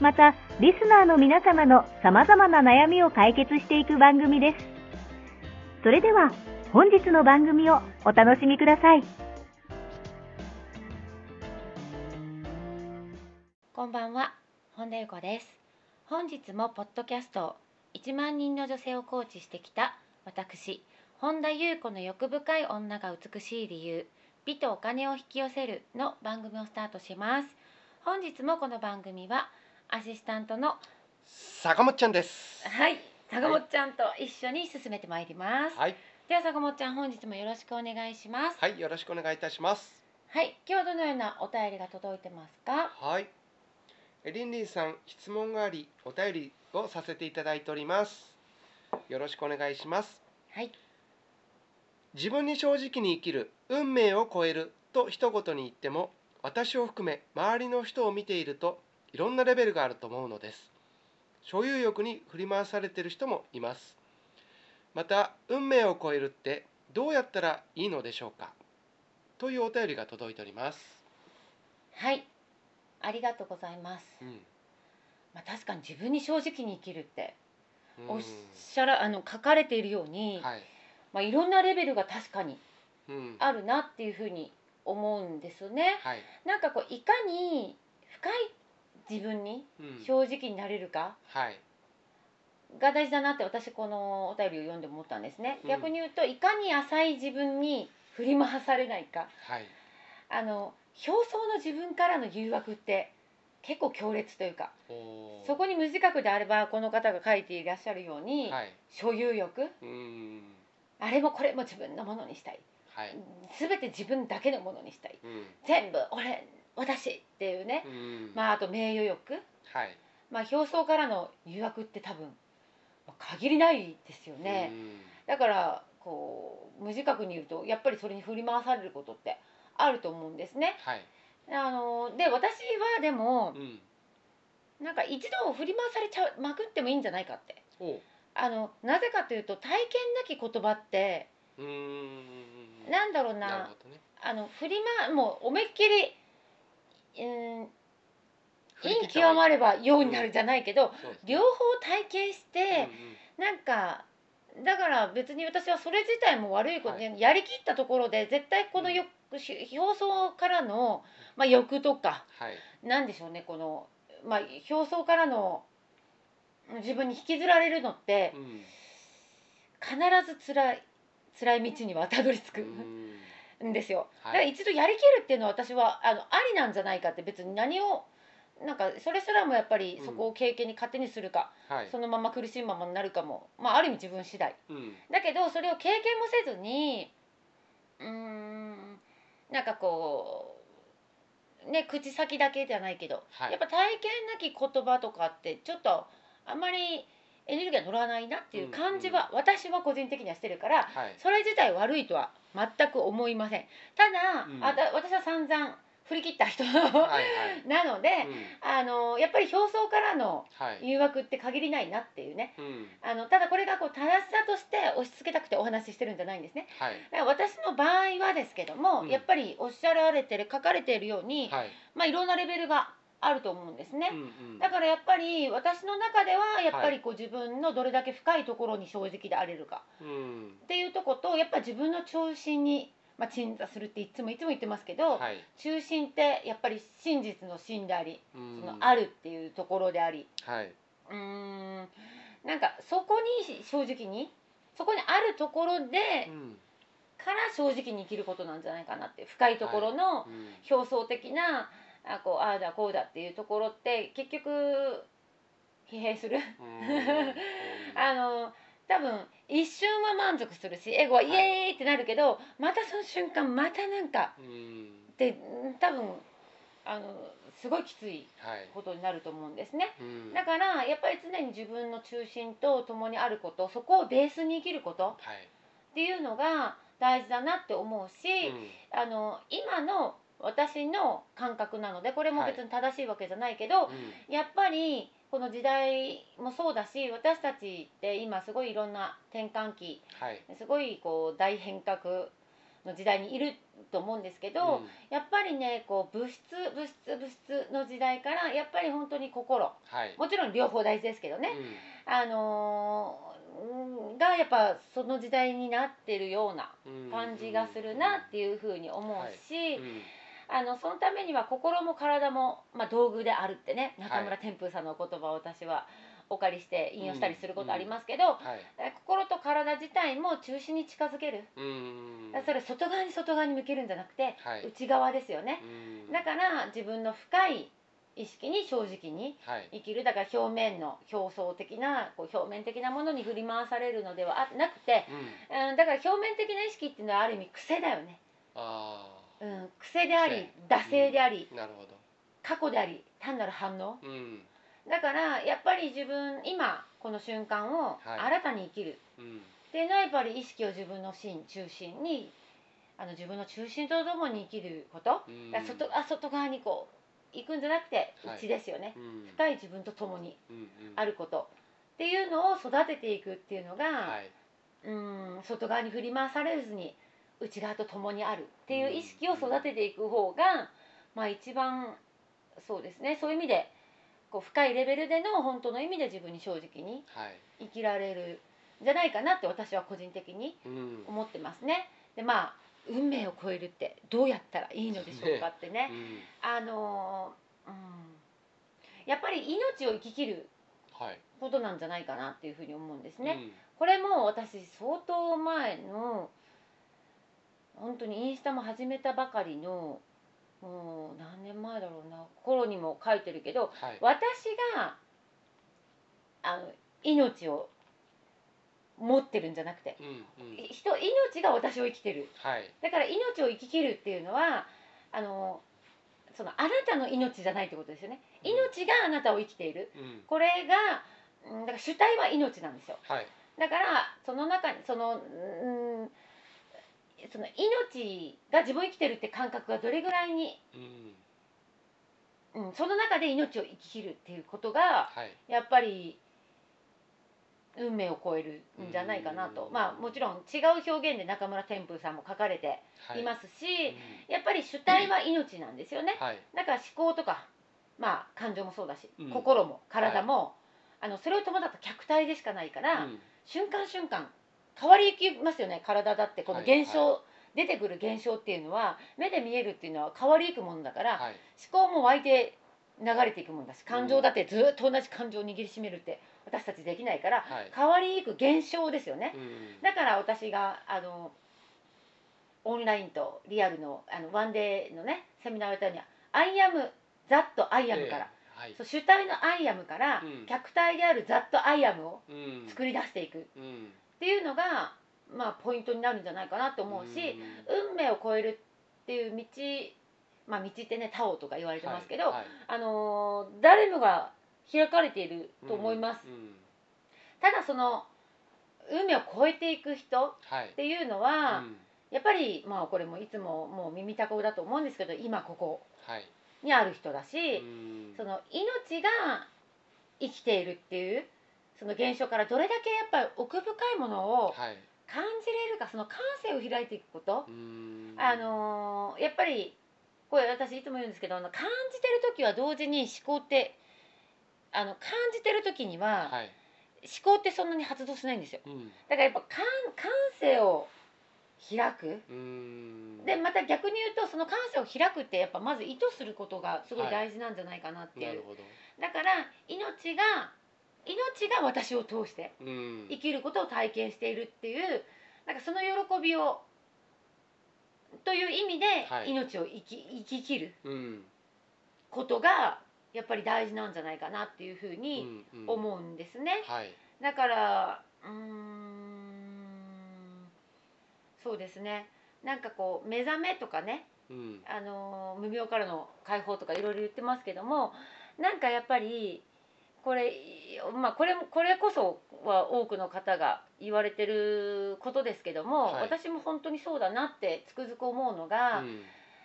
また、リスナーの皆様の様々な悩みを解決していく番組です。それでは、本日の番組をお楽しみください。こんばんは、本田由子です。本日もポッドキャストを1万人の女性をコーチしてきた私、本田由子の欲深い女が美しい理由、美とお金を引き寄せるの番組をスタートします。本日もこの番組はアシスタントの坂本ちゃんです。はい、坂本ちゃんと一緒に進めてまいります。はい、では坂本ちゃん、本日もよろしくお願いします。はい、よろしくお願いいたします。はい、今日はどのようなお便りが届いてますか。はい。えりんりんさん、質問があり、お便りをさせていただいております。よろしくお願いします。はい、自分に正直に生きる、運命を超えると一言に言っても、私を含め周りの人を見ていると、いろんなレベルがあると思うのです。所有欲に振り回されている人もいます。また、運命を超えるってどうやったらいいのでしょうか。というお便りが届いております。はい、ありがとうございます。うん。まあ、確かに自分に正直に生きるってうんおっしゃら、あの書かれているように、いはい。まあ、いろんなレベルが確かにうん。あるなっていうふうに思うんですね。はい。なんかこういかに深い自分にうん。正直になれるかはい。が大事だなって私このお便りを読んで思ったんですね。うん逆に言うといかに浅い自分に振り回されないかはい。あの表層の自分からの誘惑って結構強烈というかおーそこに無自覚であればこの方が書いていらっしゃるように、はい。所有欲うーん。あれもこれも自分のものにしたいはい。全て自分だけのものにしたいうん。全部俺私っていうねう、ん。まああと名誉欲はい。まあ表層からの誘惑って多分まあ限りないですよね、だからこう無自覚に言うとやっぱりそれに振り回されることってあると思うんですねうん。はい。あので私はでもうん。なんか一度振り回されちゃうまくってもいいんじゃないかっておう。あのなぜかというと体験なき言葉ってうーん。なんだろうななるほどね。あの振りまもう思いっきりうん振り切陰った方極がまいいればようになるじゃないけど、そうですね両方体験して、なんかだから別に私はそれ自体も悪いことで、やりきったところで絶対このよ、ひ表層からの、まあ、欲とかはい。なんでしょうねこの、まあ、表層からのうん自分に引きずられるのってうん。必ず辛い辛い道にはたどり着うーくん。んですよ。だからはい。一度やりきるっていうのは私はあのありなんじゃないかって別に何をなんかそれすらもやっぱりそこを経験に糧にするか、はいそ。のまま苦しいままになるかも、まあ、ある意味自分次第うん。だけどそれを経験もせずにうーんなんかこうね口先だけじゃないけど、はい。やっぱ体験なき言葉とかってちょっとあんまりエネルギーが乗らないなっていう感じは、私は個人的にはしてるからはい。それ自体悪いとは全く思いませんただ、うんあた私は散々振り切った人はい。は い。なので、うん。あのやっぱり表層からのはい。誘惑って限りないなっていうねうん。あのただこれがこう正しさとして押し付けたくてお話ししてるんじゃないんですねはい。だから私の場合はですけども、うんやっぱりおっしゃられてる書かれているように、はい。まあ、いろんなレベルがあると思うんですね、うん。うん。だからやっぱり私の中ではやっぱはりこう自分のどれだけ深いところに正直であれるかうん。っていうとことやっぱ自分の中心に、まあ、鎮座するっていつもいつも言ってますけど、はい。中心ってやっぱり真実の真でありうそんのあるっていうところであり、はい。うーんなんかそこに正直にそこにあるところでうんから正直に生きることなんじゃないかなって深いところの うん表層的なあこうああだこうだっていうところって結局疲弊するうんあの多分一瞬は満足するしエゴはイエーイってなるけど、またその瞬間またなんかうんでうん多分あのすごいきついはいことになると思うんですね。うんだからやっぱり常に自分の中心と共にあることそこをベースに生きることはいっていうのが大事だなって思うし、うんあの今の私の感覚なのでこれも別に正しいわけじゃないけど、うんやっぱりこの時代もそうだし私たちって今すごいいろんな転換期はいすごいこう大変革の時代にいると思うんですけど、うんやっぱりねこう物質物質物質の時代からやっぱり本当に心はいもちろん両方大事ですけどね、うんあのーうんがやっぱその時代になってるような感じがするなっていうふうに思うし、うんあのそのためには心も体も、まあ、道具であるってね中は村い天風さんのお言葉を私はお借りして引用したりすることありますけど、はいえ心と体自体も中心に近づける、うんだからそれ外側に外側に向けるんじゃなくてはい内側ですよね、うんだから自分の深い意識に正直にはい生きるだから表面の表層的なこう表面的なものに振り回されるのではあなくて、うんうん、だから表面的な意識っていうのはある意味癖だよね、あうん、癖であり惰性でありあなるほど過去であり単なる反応うんだからやっぱり自分今この瞬間をはい新たに生きるうんっていうのはやっぱり意識を自分の心中心にあの自分の中心とともに生きることうんだから外あ外側にこう行くんじゃなくてはい内ですよね、うん深い自分とともにうんうんあることっていうのを育てていくっていうのが、はいうん外側に振り回されずに内側と共にあるっていう意識を育てていく方が、まあ一番そうですねそういう意味でこう深いレベルでの本当の意味で自分に正直にはい生きられるんじゃないかなって私は個人的にうん思ってますね。でまあ運命を超えるってどうやったらいいのでしょうかってね。うんあのーうん、やっぱり命を生き切るはいことなんじゃないかなっていうふうに思うんですね。うんこれも私相当前の本当にインスタも始めたばかりのもう何年前だろうな頃にも書いてるけどはい私があの命を持ってるんじゃなくてうんうんい人命が私を生きてるはいだから命を生き切るっていうのはあのそのあなたの命じゃないってことですよねうん命があなたを生きているうんこれがうんだから主体は命なんですよはいだからその中にそのうーんその命が自分を生きてるって感覚がどれぐらいに、うんうん、その中で命を生き切るっていうことがはいやっぱり運命を超えるんじゃないかなうとんまあもちろん違う表現で中村天風さんも書かれてはいいますし、うんやっぱり主体は命なんですよね。はいだから思考とか、まあ、感情もそうだし、うん心も体も、あのそれを伴った客体でしかないから。うん瞬間瞬間変わりゆきますよね体だってこの現象、はい出てくる現象っていうのは目で見えるっていうのは変わりゆくものだから、はい思考も湧いて流れていくものだし感情だってずっと同じ感情を握りしめるって私たちできないから、はい変わりゆく現象ですよね、うんだから私があのオンラインとリアルのあのワンデーのねセミナーをやったのには「アイアムザットアイアム」から、ええはいそう主体の「アイアム」から、うん客体である「ザットアイアム」をうん作り出していくうんっていうのが、まあ、ポイントになるんじゃないかなと思うし、ん運命を超えるっていう道、まあ、道ってねタオとか言われてますけど、はいはいあのー誰もが開かれていると思います、うんうんただその運命を超えていく人はいっていうのは、うんやっぱり、まあ、これもいつももう耳たこだと思うんですけど今ここはいにある人だし、うんその命が生きているっていうその現象からどれだけやっぱり奥深いものをはい感じれるかその感性を開いていくことう、んあのーやっぱりこれ私いつも言うんですけどあの感じてる時は同時に思考ってあの感じてる時にははい思考ってそんなに発動しないんですようんだからやっぱ感感性を開くうんでまた逆に言うとその感性を開くってやっぱまず意図することがすごいはい大事なんじゃないかなっていう、なるほどだから命が命が私を通してうん生きることを体験しているっていうなんかその喜びをという意味ではい命を生き,、生き切るうんことがやっぱり大事なんじゃないかなっていうふううにんうん思うんですね。はいだからうーんそうですねなんかこう目覚めとかねうんあのー無病からの解放とかいろいろ言ってますけどもなんかやっぱりこれ,、まあ、これもこれこそは多くの方が言われてることですけども、はい私も本当にそうだなってつくづく思うのうが、ん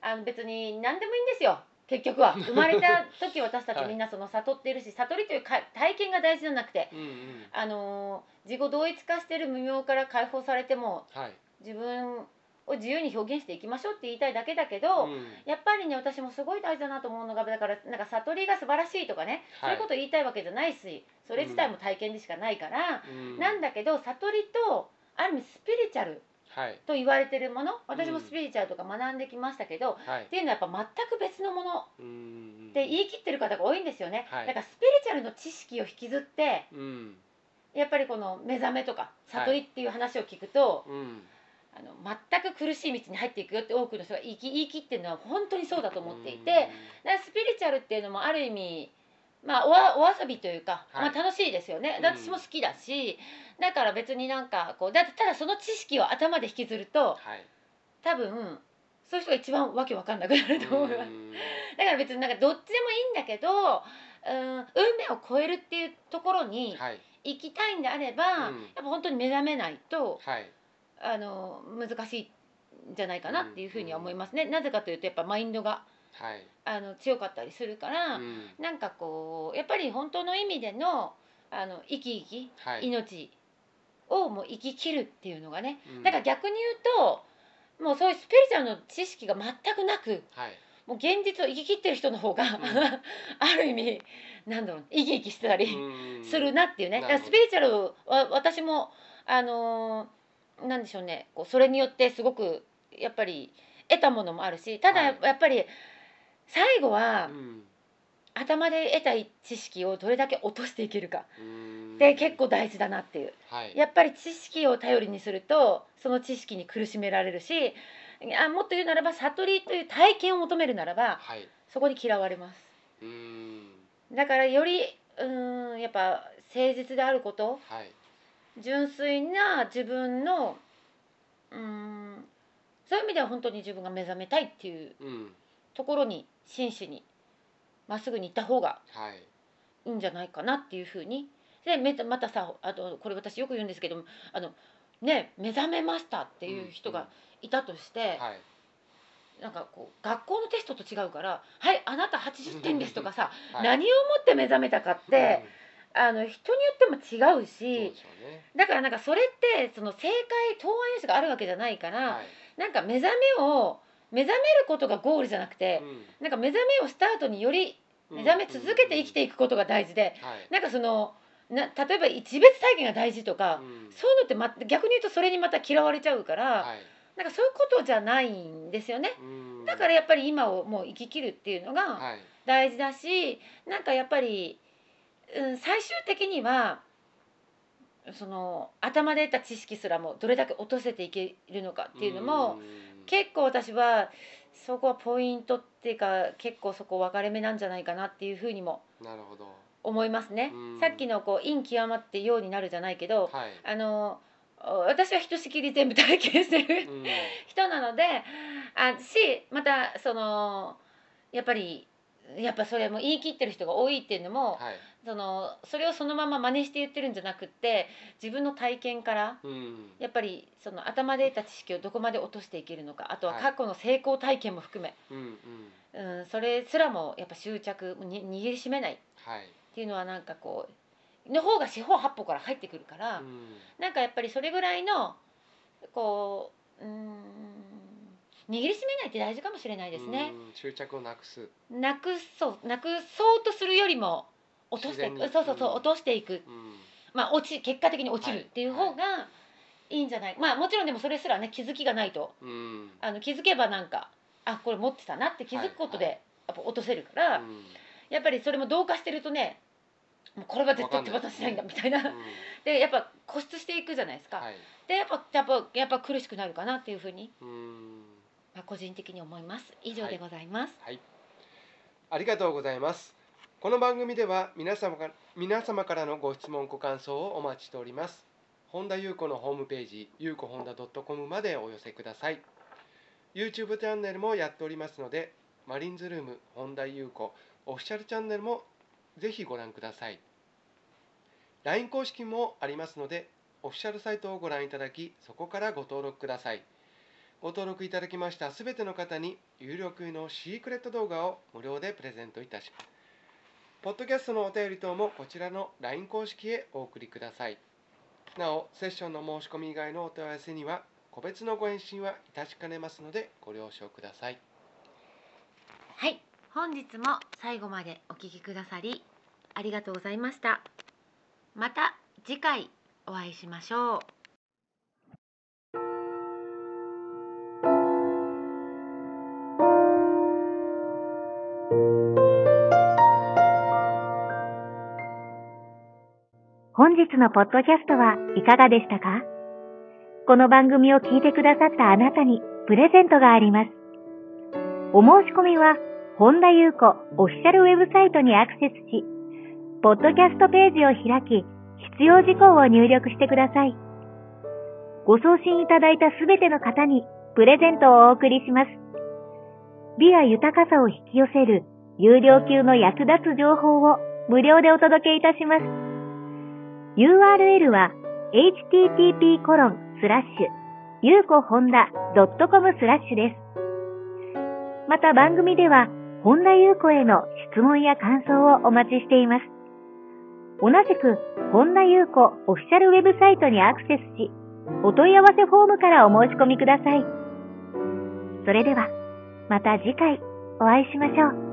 あの別に何でもいいんですよ結局 は生まれた時私たちみんなその悟ってるし、悟りというか体験が大事じゃなくて。うんうんあのー自己同一化してる無病から解放されてもはい自分を自由に表現していきましょうって言いたいだけだけど、うんやっぱりね私もすごい大事だなと思うのがだからなんか悟りが素晴らしいとかね、そうはいいうこと言いたいわけじゃないしそれ自体も体験でしかないから、うんなんだけど悟りとある意味スピリチュアルはいと言われてるもの私もスピリチュアルとか学んできましたけど、っはいていうのはやっぱ全く別のものうんって言い切ってる方が多いんですよね、はいだからスピリチュアルの知識を引きずってうんやっぱりこの目覚めとかはい悟りっていう話を聞くと、うんあの全く苦しい道に入っていくよって多くの人が言い言い切ってるのは本当にそうだと思っていて、だからスピリチュアルっていうのもある意味まあおわお遊びというか、はいまあ、楽しいですよねうん私も好きだし、だから別になんかこうだってただその知識を頭で引きずるとはい多分そういう人が一番わけわかんなくなると思います、うんだから別になんかどっちでもいいんだけどうん運命を超えるっていうところにはい行きたいんであれば、うんやっぱ本当に目覚めないとはいあの難しいんじゃないかなっていうふうには思いますね、なぜかというとやっぱマインドがはいあの強かったりするから、うんなんかこうやっぱり本当の意味でのあの生き生き、はい命をもう生き切るっていうのがね、うんだから逆に言うともうそういうスピリチュアルの知識が全くなくはいもう現実を生き切ってる人の方が、 ある意味なんだろう生き生きしてたりうんするなっていうね、だなからるほどスピリチュアルは私もあのーなんでしょうねこうそれによってすごくやっぱり得たものもあるしただはやいっぱり最後は、うん頭で得た知識をどれだけ落としていけるかうんで結構大事だなっていうはいやっぱり知識を頼りにするとその知識に苦しめられるしあもっと言うならば悟りという体験を求めるならばはいそこに嫌われますうんだからよりうーんやっぱ誠実であることはい純粋な自分のうーんそういう意味では本当に自分が目覚めたいっていううんところに真摯にまっすぐに行った方がはいいいんじゃないかなっていうふうにでめまたさあとこれ私よく言うんですけどもあのね目覚めましたっていう人がいたとして、はいなんかこう学校のテストと違うから「はいあなた80点です」とかさ、はい何をもって目覚めたかって、あの人によっても違ううんそうしでしょうねだからなんかそれってその正解答案用紙があるわけじゃないから、はいなんか目覚めを目覚めることがゴールじゃなくて、なんか目覚めをスタートにより目覚め続けて生きていくことが大事で、うんはいなんかそのな例えば一別体験が大事とか、うんそういうのって、ま、逆に言うとそれにまた嫌われちゃうから、はいなんかそういうことじゃないんですよね。うんだからやっぱり今をもう生き切るっていうのがはい大事だし、なんかやっぱり、うん、最終的にはその頭で得た知識すらもどれだけ落とせていけるのかっていうのも、うん結構私はそこはポイントっていうか結構そこ分かれ目なんじゃないかなっていうふうにもなるほど思いますねうん。さっきのこう陰極まってようになるじゃないけど、はいあの私はひとしきり全部体験してるうん 人なので、あしまたそのやっぱりやっぱそれも言い切ってる人が多いっていうのも、はいそのそれをそのまま真似して言ってるんじゃなくって自分の体験から。うんやっぱりその頭で得た知識をどこまで落としていけるのかあとははい過去の成功体験も含め、うんうんうん、それすらもやっぱ執着に握りしめないはいっていうのはなんかこうの方が四方八方から入ってくるから、うんなんかやっぱりそれぐらいのこううーん握りしめないって大事かもしれないですね、うん執着をなくすなくそうなくそうとするよりも落としてい自く然にそうそうそううん落としていく、うんまあ落ち結果的に落ちるはいっていう方がいいんじゃない、まあもちろんでもそれすらね気づきがないとうんあの気づけばなんかあこれ持ってたなって気づくことで、はい やっぱ落とせるから、うんやっぱりそれも同化してるとねもうこれは絶対わ手かんない放せないんだみたいな、うんでやっぱ固執していくじゃないですか、はいでやっぱやっぱやっぱ苦しくなるかなっていうふうに、うんまあ、個人的に思います以上でございます、はいありがとうございますこの番組では皆様から皆様からのご質問ご感想をお待ちしております本田裕子のホームページゆうこ本田 .com までお寄せください YouTube チャンネルもやっておりますのでマリンズルーム本田裕子オフィシャルチャンネルもぜひご覧ください LINE 公式もありますのでオフィシャルサイトをご覧いただきそこからご登録くださいご登録いただきましたすべての方に有料級のシークレット動画を無料でプレゼントいたします。ポッドキャストのお便り等もこちらの LINE 公式へお送りください。なお、セッションの申し込み以外のお問い合わせには、個別のご返信はいたしかねますので、ご了承ください。はい、本日も最後までお聞きくださりありがとうございました。また次回お会いしましょう。本日のポッドキャストはいかがでしたかこの番組を聞いてくださったあなたにプレゼントがあります。お申し込みは、本田裕子オフィシャルウェブサイトにアクセスし、ポッドキャストページを開き、必要事項を入力してください。ご送信いただいたすべての方にプレゼントをお送りします。美や豊かさを引き寄せる有料級の役立つ情報を無料でお届けいたします。URL は http コロンスラッシュゆうこほんだ .com スラッシュです。また番組では、本田ゆうこへの質問や感想をお待ちしています。同じく、本田ゆうこオフィシャルウェブサイトにアクセスし、お問い合わせフォームからお申し込みください。それでは、また次回お会いしましょう。